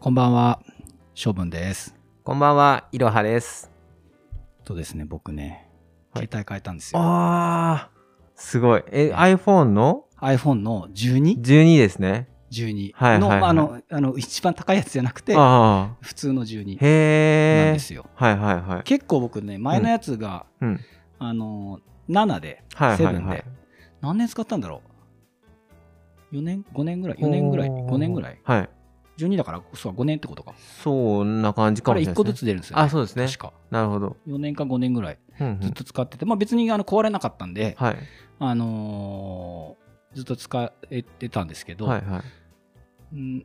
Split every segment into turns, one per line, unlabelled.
こんばんは、処分です。
こんばんは、いろはです。
とですね、僕ね、
はい
携帯変えたんですよ。
あー、すごい。え、iPhone の
iPhone の 12?12
12ですね。はい
の、
はいはい
まああの、あの、一番高いやつじゃなくて、
あ
普通の12な
ー、
ん
へ
で
ー。
すよ。
はいはいはい。
結構僕ね、前のやつが、
うん。
あの、7で、
はいはい
セブン
はい
で。何年使ったんだろう ?4 年 ?5 年ぐらい ?4 年ぐらい ?5 年ぐらい
はい。
?12 だから、そう、5年ってことか。
そんな感じか
か
も
ら
しれな
1
い
個
で
ず
す
つ
ね。
出るんですよ、
あ、そうですね。
確か。
なるほど。
4年か5年ぐらい
うんう
ずっ
ん。
と使ってて、まあ別にあの壊れなかったんで、
はい。
あのーずっと使えてたんですけど、
はいはい。
うんちょ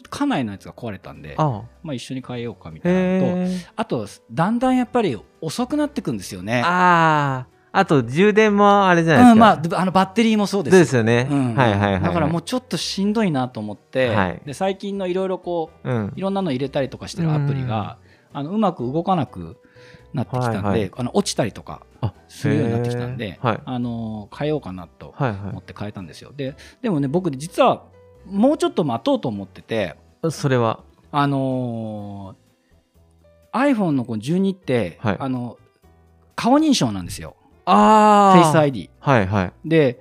っと家内のやつが壊れたんで、
あ
まあ、一緒に変えようかみ
ー、
たいなのと、
へー。
あと、だんだんやっぱり遅くなってくんですよね。
あー、あと充電もあれじゃないで
う
す
ん、
か。
まあ、であのバッテリーもそうで
そ
す。
うですよね。
うん
はいはいはい。
だからもうちょっとしんどいなと思って、
はい
で最近のいろいろこう
う、うん
い。ろんなの入れたりとかしてるアプリが、うあのうまく動かなくなってきたんで、
はいはい
あの落ちたりとか
あ
するようになってきたんで、
へーはい
あの変えようかなと
はい
思
は
って変えたんですよ。ででもね僕実はもうちょっと待とうと思ってて
い。それは。
あのー iPhone のこの12って、
はい
あの顔認証なんですよ
あ
Face
ー。
ID
はいはい。
で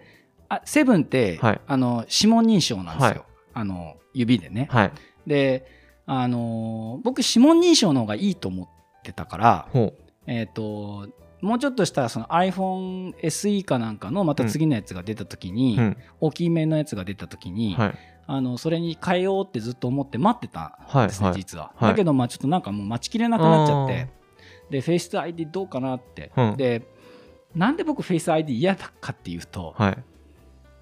あ7って、
はい
あの指紋認証なんですよ、
はい
あの指でね、
はい。
で、あのー僕指紋認証の方がいいと思ってたから、
ほう。
えっともうちょっとしたらその iPhoneSE かなんかのまた次のやつが出た時に、
うん。
大きめのやつが出た時に、
はい。
あのそれに変えようってずっと思って待ってたんですね、
はいはい
実は、
はい
だけどまあちょっとなんかもう待ちきれなくなっちゃっ
あ
てでフェイス ID どうかなって、
うん
でなんで僕フェイス ID 嫌だかっていうと、
は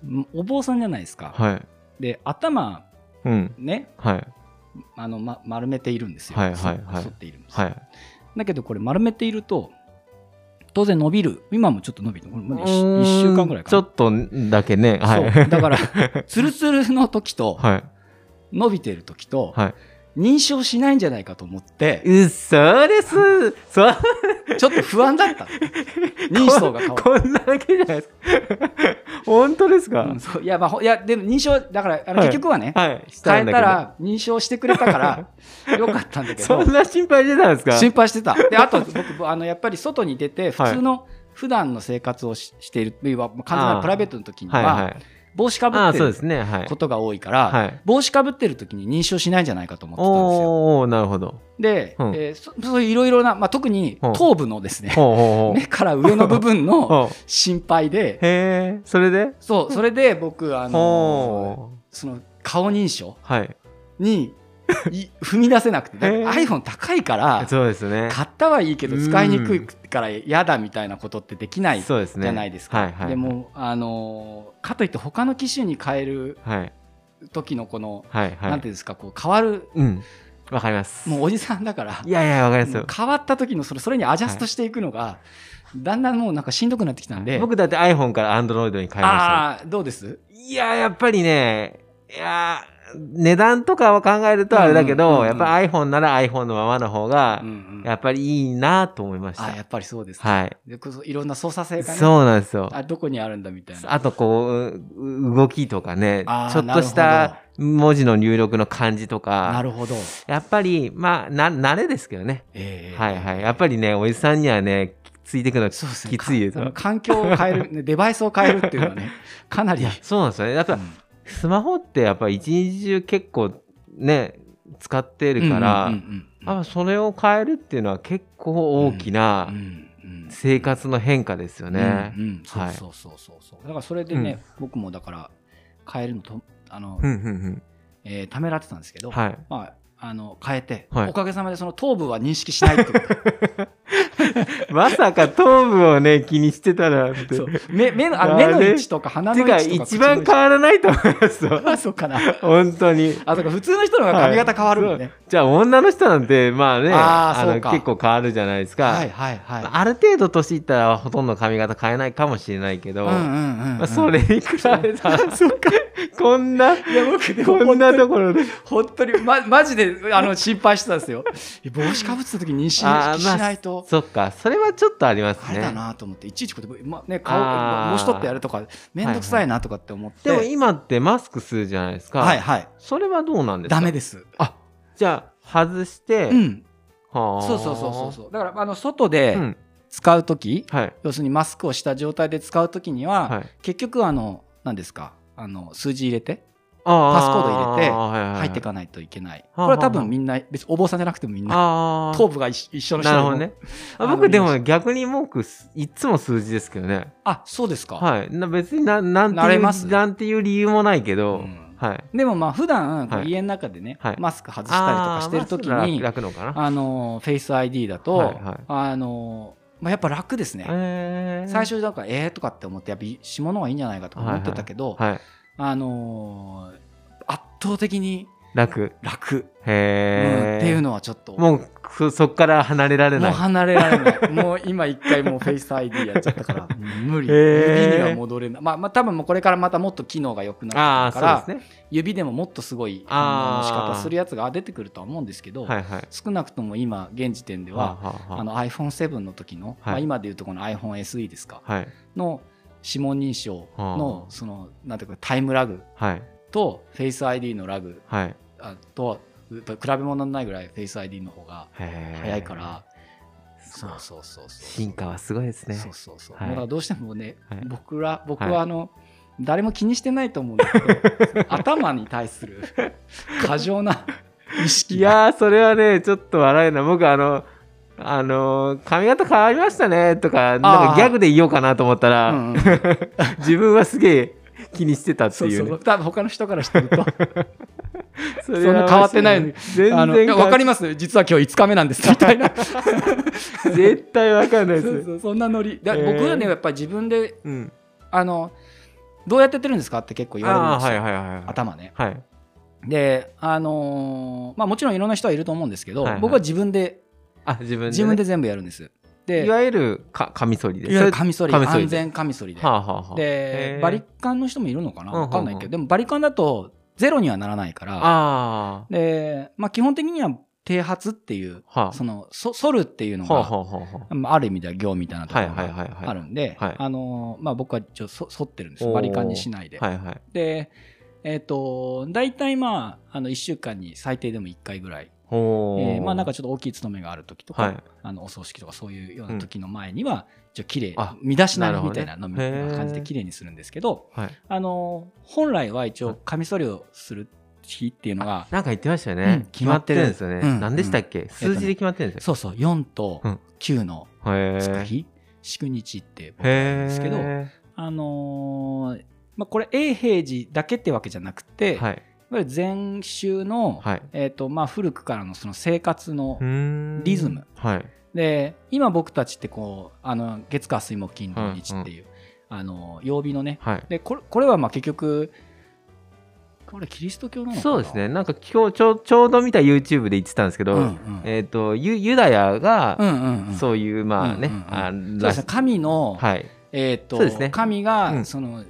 い。
んお坊さんじゃないですか、
はい。
で頭
うん。
ね
はい。
あの、ま、丸めているんですよ、
はいはいはい
そっているんですよ、
はい。
だけどこれ丸めていると当然伸びる今もちょっと伸びるこれもう 1, 週間ぐらいか
ちょ
な
っとだけね。は
そう
い。
だからツルツルの時と
はい。
伸びてる時と、
はい。
認証しないんじゃないかと思って、
うっそーです。そう。
ちょっと不安だ った。認証が変わる。
こんなだけじゃないです か。本当ですか、
うんそういや、まあほ、いや、でも認証、だから、あの
はい
結局はね、
はい。した
変
ん
え
だ
た
けど。
ら認証してくれた から、よかったんだけ
そん
ど、
な心配してたんですか
心配してた。で、あと、僕、あの、やっぱり外に出て、普通の、普段の生活をししている、要は完全
あ
な
ー
プライベートの時に
はいは
は、
い。
帽子かぶっ
ああ、
て
そうで
る
すね。はい。
ことが多いから、
はい。
帽子かぶってる時に認証しないんじゃないかと思ってたんですよ。
おおなるほど。
で、
うん
えーそそういういろいろな、まあ、特に
うん
頭部のですね、
ほうほ う
目から上の部分
ほう。
の
ほう
心配で、
へえ、それで
そう、それで僕、あの
ほう。
その顔認証
はい。
にい踏み出せなくて、だって
へー
iPhone 高いから、
そうですね。
買ったはいいけど使いにくいから嫌だみたいなことってできないじ
そうですね。
ゃないですか。
はいはい。
で、も、あのーかといって他の機種に変える
はい。
時のこの、
はいはい。
なんていうんですか、こう変わる、
うん。わかります。
もうおじさんだから
い、やいや、わかります
も
よ
う。変わった時のそれそれにアジャストしていくのが、だんだんもうなんかしんどくなってきたんで、
僕だって iPhone から Android に変えましたよ。
ああー、どうです
いや、やっぱりね、いや、値段とかを考えるとあれだけ
うんうんうん
ど、
うん
やっぱ iPhone なら iPhone のままの方が
うん、うん、
やっぱりいいなと思いまし
あや
た。
っぱりそうですか、
はい。
でこそいろんな操作性がね
そうなんですよ。
あどこにあるんだみたいな
あとこうう、う動きとかね
あ、ー
ちょっとした文字の入力の感じと
な
か、
るほど、
やっぱり、まあ、な、慣れですけどね。
ええ
はいはい。やっぱりね、おじさんにはね、ついてくの
そうですね
きついです
か
よ
あの環境を変え る、ね、デバイスを変えるっていうのはねかなり、
そうなんですよね。だから、スマホってやっぱ一日中結構ね使って
う
るから、
んうんうんうん
あそれを変えるっていうのは結構大きな
うんうん
生活の変化ですよね
う。んうんそう
はい
そうそうそうそうだからそれでね、僕もだから変えるのとあの、
うんうん
えーためらってたんですけ
う
ど、
ん。はい。
まああの変えて、
はい
おかげさまでその頭部は認識しないってこと
まさか頭部をね気にしてたなんて。
そう
て
目目のあの目の位置とか鼻の位
か
置とか
一番変
口
わらないと思います
の位置
よ。
あ そうかな
本当に。
あそうか普通の人の方が髪型変わるもんね、
じゃあ女の人なんてまあね
あー
の
そうか
結構変わるじゃないですか。
はいはいはい。
ある程度年いったらほとんど髪型変えないかもしれないけど、
うんうんうん
まあ、それに比べたら、
そうか。
こんな、
いや僕でも
こん
本
な
当に
ところで。
本当 にまマジであの心配してたんですよ。いや帽子かぶってた時に認識し
あーまあ
ないと。
そっか、それはちょっとあります
あれだ
ね。
なと思って、いちいちこうやって、まね、顔、
あー
もし取ってやるとか、めんどくさいなとかって思って、
で
は
も
い、
今ってマスクするじゃないですか。
はい、はい、
それはどうなんですか
ダメです。
あじゃあ外して、
うん、
はあ
そうそうそうそうそう。だから、あの外で
うん
使うとき、
はい
要するにマスクをした状態で使うときには、
はい
結局、あの、何ですか、あの、数字入れて、
パ
パスコード入れて入
入
っていかないといけない。
はあ
これは多分みんな、別にお坊さんじゃなくてもみんな、
あー
頭部が一一緒の人
な
で
る
も
ほどね
あ
あ
の
僕で
い
も逆に文句すいつも数字ですけどね
あ、そうですか。
はいな別にななんて
慣
い
れ
う
ます
なんていう理由もないけど、
うん
はい
でもまあ普段こ
は
う
い
家の中でね、
はい
マスク外したりとかしてるとき
あーまあ
に、
楽楽のかな
あのフェイス ID だと、
はいはい
あのまあ、やっぱ楽ですね、
えー
最初なんかえーとかって思ってやっぱ下の方がいいんじゃないかとか思ってたけど、
はい
あの圧倒的に
楽
楽、うん
へえ、
っていうのはちょっと
もうそそっから離れられ
も
な
う
い
離れられないもう今一回もうフェイス ID やっちゃった から無理、
へー
指には戻れないまあまあ多分もうこれからまたもっと機能が良くな
あ
っ
あ
てくる
そ
から
うですね
指でももっとすごい
あー
反応の仕方するやつが出てくるとは思うんですけど、
はいはい
少なくとも今現時点では、
あ
あの iPhone7 の時の、
は
ま
い
あ、今でいうとこの iPhoneSE ですか
はい
の指紋認証の
はあ
そのなんていうかタイムラグ
はい
と Face ID のラグ
はい
あとやっぱ比べ物のないぐらい Face ID の方が
早
早いから、そうそうそうそう。
進化はすごいですね。
そうそうそう。
はい
もうだからどうしてもね、
はい
僕ら僕
はい
はあの、誰も気にしてないと思うんだけど、 頭に対する過剰な意識
い
が。
やー、それはね、ちょっと笑えない。僕、あの、あのー髪型変わりましたねとか、なんかギャグで言おうかなと思ったら、
うんうん
自分はすげえ気にしてたって
そう
い
そううそ
ね、
う多分他の人からしてると
そ
そんな変わってないのに
全
あのい
然
やわかります実は今日5日目 なんですみたいなそ
絶対わかんな
う
いです。
そうそんなノリだ
へー
僕はねやっぱり自分で
うん。
あのどうやってやってるんですかって結構言われるん
ああ
です
ー、
よ、
はいはいはいはい。
頭ね
はい。
であのーまあもちろんいろんな人はいると思うんですけど、
はいはい
僕は自分で
あ、自分でね、
自分で全部やるんですで
いわゆるかカミソリで
いわゆるカミソリ
カミソリで
安全カミソリで、
はあ、はあはあ、へ
で
ー
バリカンの人もいるのかな
うんうんう
わ
ん
かんないけど、でもバリカンだとゼロにはならないから
あ
で、まあ、基本的には剃髪っていう、
あ、はあ、
その、そ剃るっていうの
はあ、
が、
はあ、はあは
まあある意味では行みたいなとこ
は
ろ
いはいはい
が
はい
あるんで、
はい
あのーまあ、僕はちょっとそ剃ってるんです
お
よ。
ー
バリカンにしないで。
あ。はいはい。
で、えっ、と、大体まあ、あの、1週間に最低でも1回ぐらい、え
ほー
ーまあなんかちょっと大きい勤めがある時とか、
はい。
あの、お葬式とかそういうような時の前には、ちょっと綺麗
あ、
身だしなみみたいなのみ
なるほどねへー
感じで綺麗にするんですけど、
はい。
あのー本来は一応、カミソリをする日っていうのが、
なんか言ってましたよね。
うん
決まってるんですよね。
決まってるうん
何でしたっけ、数字で決まってるんですよ。
そうそう、4と
うん
9の
へ
つく
ー
日、祝日って僕は言うん
へ
ですけど、
ー
あのーまあ、これ、永平寺だけってわけじゃなくて、い、
はい。
わゆる前週の、
はい。
えーとまあ、古くからのその生活の、
うーん
リズム。
はい。
で今僕たちってこうあの月火水木金土日っていう、あの曜日のね
はい。
でこれこれはまあ結局これキリスト教なのかな
そうですね。なんか今日ちょちょうど見た YouTube で言ってたんですけ
う
ど、
んうん
えっ、とユユダヤ
う
が、
んうんうん
そういうまあね、
うんうんうん
あ
そうですね神の、
はい。
えーと
そうですね
神
う
が
ん
その、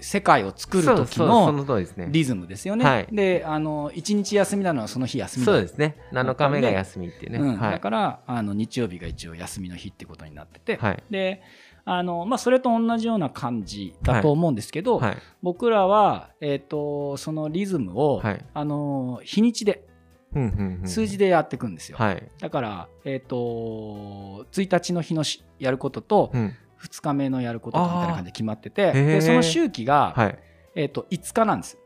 世界を作る
そう
時
そう
の
その通りですね。
リズムですよね。
はい
であの1日休みなのはその日休み
そう
で
ですね。7日目が休みっていうね。
うん
は
だ
い。
からあの日曜日が一応休みの日ってことになってて、
はい。
であのまあ、それと同じような感じだと思うんですけど、
はい。
僕らは、えー、とそのリズムを、
はい。
あの日にちで
うんうんうん
数字でやっていくんですよ。
はい。
だから、えー、と1日の日のしやることと
うん。
2日目のやることとみたいな感じで決まってて
あーへ
で
ー
その周期が、
はい。
えー、と5日なんです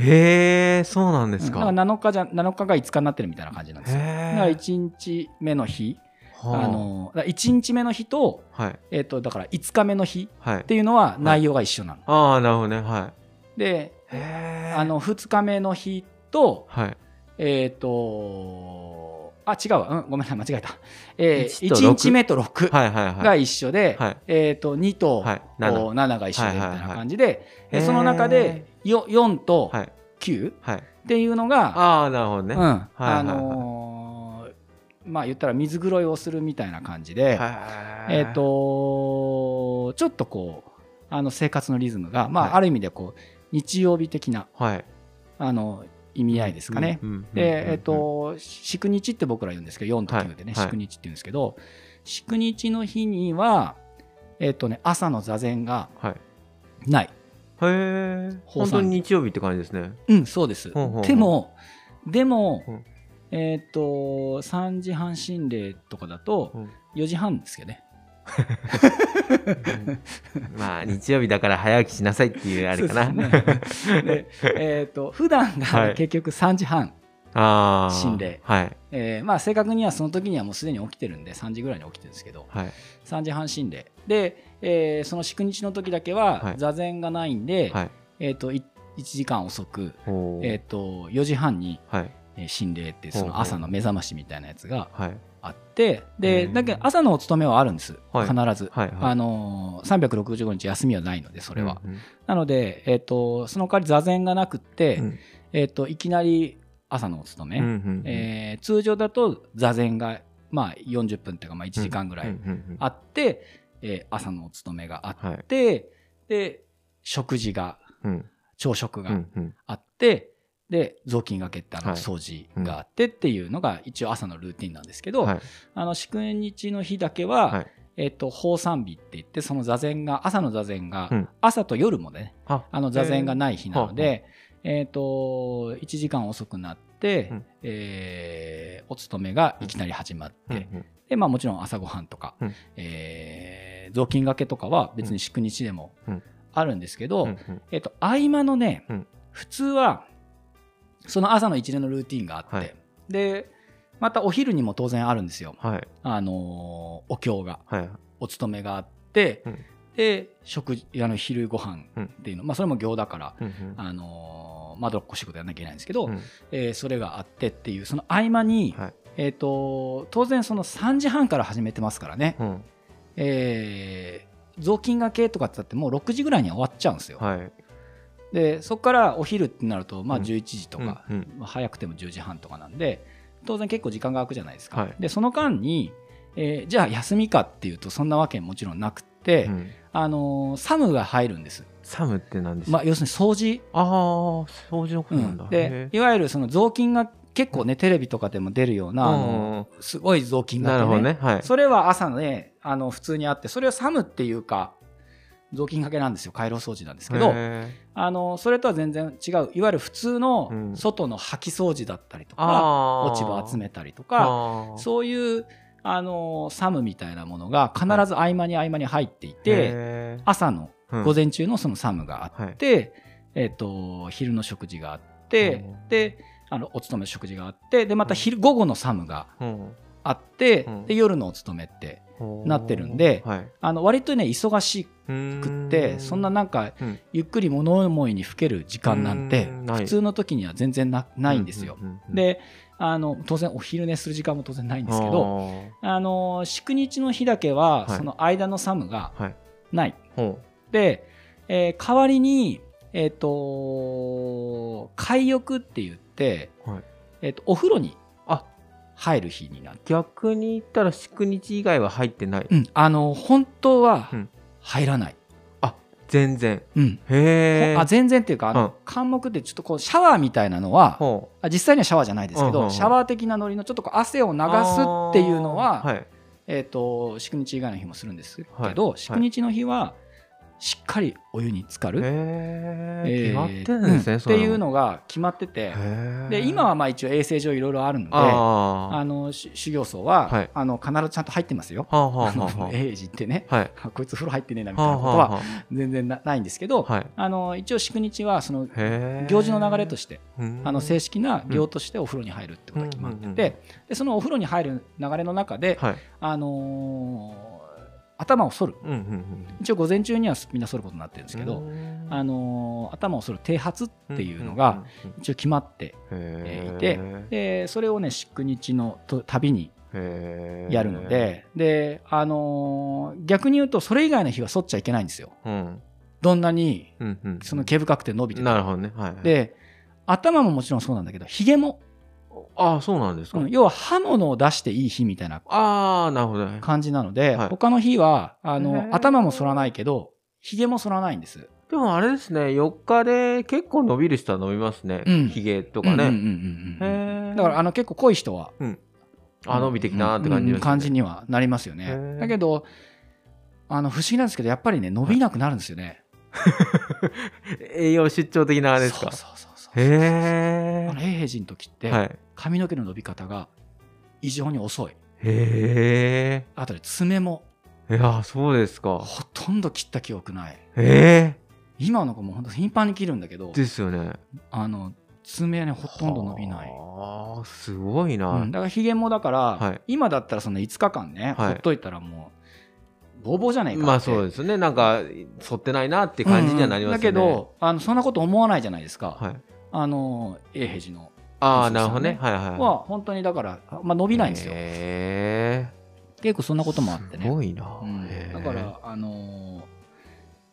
へえ、そうなんです
だ
か。
から7日じゃ7日が5日になってるみたいな感じなんですよ。だ
へ
から
え。
1日目の日、
は
あのだから1日目の日と,、
はい。
えー、とだから5日目の日
はい
っ。ていうのは
はい
内容が一緒なの。
ああ、なるほどね。は
で
い。へ
あ、の2日目の日と,、
はい。
えー、とあ違うわ、うん、ごめんなさい間違えた、えー、
1と6
1日目と6
はいはいは
が
い。
一緒で、
はい
えー、と2と、
はい。7。
こう7が一緒でみ
はいは
た
いはいい
な感じで,、
へ
で
ー
その中で 4, 4と
はい。
9っ
はい。
ていうのが、
ああ、なるほどね。
うん
は
あのーまあ言ったら水黒いをするみたいな感じで、
い
えっ、、とちょっとこうあの生活のリズムが、まあ
はい
ある意味でこう日曜日的な
はい。
あの意味合いですかね。
うん。うん
でえっ、、と祝日って僕ら言うんですけど4と9でね、
はいはい
祝日って言うんですけど、祝日の日には、えっとね、朝の座禅が
はい。
ない。
へえ。
放
本
送
当に日曜日って感じですね。
うん、そうです。
ほうほうほう
でも、でも、
うん
えっ、と、3時半心霊とかだと
うん、
4時半ですけどね。
まあ日曜日だから早起きしなさいっていうあれかな。
そうです ねで、えっ、と、普段
は
が
い
結局3時半。
ああ。
心霊
はい
えーまあ正確にはその時にはもうすでに起きてるんで3時ぐらいに起きてるんですけど
はい
3時半心霊で、えーその祝日の時だけは
はい
座禅がないんで、
はい。
えー、と1時間遅く、
ほう
えー、と4時半に
はい
えー心霊って
ほう
その朝の目覚ましみたいなやつが
はい
あってで
うん
だけど朝のお勤めはあるんです
はい
必ず。
はいはい。
あのー365日休みはないのでそれは、
うんうん。
なので、えー、とその代わり座禅がなくって、
うん
えー、といきなり朝のお勤め、
うんうんうん
えー通常だと座禅が、まあ、40分というかまあ1時間ぐら
う
い
んうん
あって、えー朝のお勤めがあっ
うんはい。
てで食事が
うん
朝食
う
が
んうん
あって、で雑巾がけってあの
はい
掃除があってっていうのが一応朝のルーティンなんですけど、
はい
あの祝日の日だけは、
はい
えっと放散日って言ってその座禅が朝の座禅が、
うん
朝と夜もね
あ
あの座禅がない日なの
へ
で、えっと1時間遅くなって、
うん
えーお勤めがいきなり始まって、
うんうん
でまあ、もちろん朝ごはんとか、
うん
えー雑巾がけとかは別に祝日でも
うん
あるんですけど、
うんうん
えっと、合間のね、
うん
普通はその朝の一連のルーティンがあって、
はい
でまたお昼にも当然あるんですよ、
はい
あのーお経が
はい
お勤めがあって、
うん
で食事あの昼ご飯
うん
っていうの、まあ、それも行だから、
うんうん
あのーまどろっこしいことやんなきゃいけないんですけど、
うん
えーそれがあってっていうその合間に、
はい
えー、と当然その3時半から始めてますからね、
うん
えー雑巾がけとかってだってもう6時ぐらいには終わっちゃうんですよ、
はい
でそこからお昼ってなると、まあ、
うん
11時とか、
うんうん
まあ早くても10時半とかなんで当然結構時間が空くじゃないですか、
はい
でその間に、えーじゃあ休みかっていうとそんなわけもちろんなくって、
うん
あのーサムが入るんです、
サムって何です
ま
か
あ、要するに掃除、
ああ掃除のことなんだ
うん
へ
でいわゆるその雑巾が結構ねテレビとかでも出るよう
ー
な、あの
うん
すごい雑巾が
なるほどねはい
それは朝ねあの普通にあってそれはサムっていうか雑巾がけなんですよ回廊掃除なんですけど
へー
あのそれとは全然違ういわゆる普通
う
の
ん
外の掃き掃除だったりとか、
あ
落ち葉集
め
めたりとかそういうあのサムみたいなものが必ず合間に合間に入っていて朝の午前中のそのサムがあ
前
って、えっと昼の食事があって、
うん
であのお勤めの食事があってでまた昼午後のサムがあって、
うん
で夜のお勤めってなってるんで
はい
あの割とね忙し
うーん
くってそんななんか
うん
ゆっくり物思いにふける時間なんて
うんない
普通の時には全然なないんですよ。
うううんうん
であの当然お昼寝する時間も当然ないんですけどあの祝日の日だけは
はい
その間のサムが
あーはい
ない。
ほ
で、えー代わりに、えっと海浴って言って、
はい
えっとお風呂に
あ
入る日になって、
逆に言ったら祝日以外は入ってない
うんあの本当は
うん
入らない。
全然
うん
へえ
あ全然っていうかあの、
うん
監目ってちょっとこうシャワーみたいなのは
ほう
あ実際にはシャワーじゃないですけど、
うんうんうん
シャワー的なノリのちょっとこう汗を流すっていうのは、
あーはい
えー、と祝日以外の日もするんですけど、
はい
祝日の日はしっかりお湯に浸かる、
へ
えー
え決まってるんです
う
ね
んっ
それ
て
も
いうのが決まってて、
へえ
で今はまあ一応衛生上いろいろあるのであ
あ
のし修行僧は、
はい
あの必ずちゃんと入ってますよ
あ。はあは
あ
あはあ
の
は
永時ってね
あはい
あこいつ風呂入ってねえなみたい
は
な
あ
こと
はあ
は
は
全然なないんですけど、
あはい
あの一応祝日はその
へえ
行事の流れと
して
してあ
あ
の正式な行としてお風呂に入るってことが決まってて、
うんうんうん
でそのお風呂に入る流れの中で、
はい
あのー頭を剃る
うんうんうん
一応午前中にはみんな剃ることになってるんですけど、
うん
あのー頭を剃る剃髪っていうのが一応決まって
うんうんうん
え
へ
ー
ー
いて、でそれをね祝日のと旅に
へー
やるので、で、あのー逆に言うとそれ以外の日は剃っちゃいけないんですよ
うん
どんなに
うんうん
その毛深くて伸びてて
なるほどねはいはい
で頭ももちろんそうなんだけどひげも、
ああそうなんですか
うん要は刃物を出していい日みたいな
ああなるほどね
感じなので、
はい
他の日はあ
へ
の
ー
頭も剃らないけどひげも剃らないんです。
でもあれですね4日で結構伸びる人は伸びますね
うん
ひげとか
うんうん
ね
うんうんうん
へー
だからあの結構濃い人は、
うんあ伸びてきたなって感じ
うん感じにはなりますよ
へ
ね
ー
だけどあの不思議なんですけどやっぱりね伸びなくなるんですよね
栄養失調的なあれですか
そうそうそうそう
へ
あ
え
の永平寺の時って、
はい
髪の毛の伸び方が異常に遅い
へ
あとで爪も
えいやそうですか
ほとんど切った記憶ない
へえ
今の子も本当頻繁に切るんだけど
ですよね
あの爪はねほとんど伸びない、
ああすごいな、
うん、だからひげもだから、
はい
今だったらその5日間ね、
は
ほ
い
っといたらもうボーボーじゃないかって
まあそうですねなんか反ってないなって感じにはなりますよね、
うんうんだけどあのそんなこと思わないじゃないですか、
はい、
あの永平寺の
あ
そ
あ
う
なるほどねはいはい
は本当にだから、まあ、伸びないんですよ、
へえ
結構そんなこともあってね
すごいな、
うん
へえ
だからあのー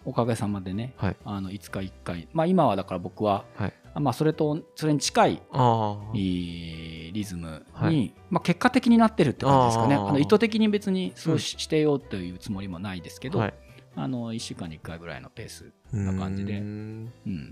おかげさまでね、
はい
あの5日1回、まあ、今はだから僕は、
はい
まあ、それとそれに近い
ああ
いいリズムに、
はい
まあ、結果的になってるって感じですかね
あー
あの意図的に別にそうし,、てようというつもりもないですけど、
はい
あの1週間に1回ぐらいのペース、
な
感じでうん、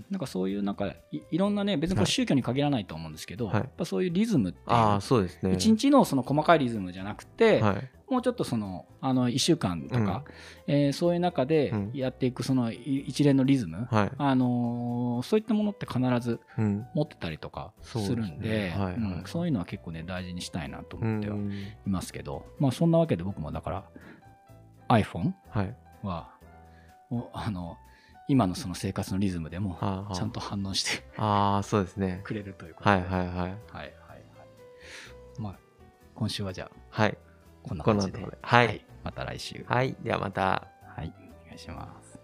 なんかそういうなんかいいろんなね別にこ
は
れ
い
宗教に限らないと思うんですけど、
はい
やっぱそういうリズムっていう
ああそうですね
一日のその細かいリズムじゃなくて、
はい
もうちょっとそのあの1週間とか、えーそういう中で
うん
やっていくそのい一連のリズム、
はい、
あのーそういったものって必ず
うん
持ってたりとかするんで
そうですねはい
うん
はい
そういうのは結構ね大事にしたいなと
う
思ってはい
ん
ますけど、まあ、そんなわけで僕もだから iPhone
はい
はおあの今のその生活のリズムでも
はあはあ
ちゃんと反応して
ああそうですね
くれるということ
は
で
いはいはい
はいはいはいまあ今週はじゃあ
はい
こんな
こ
感
の
じ
と
で
ころではい
また来週
はい、ではまた
はい、お願いします。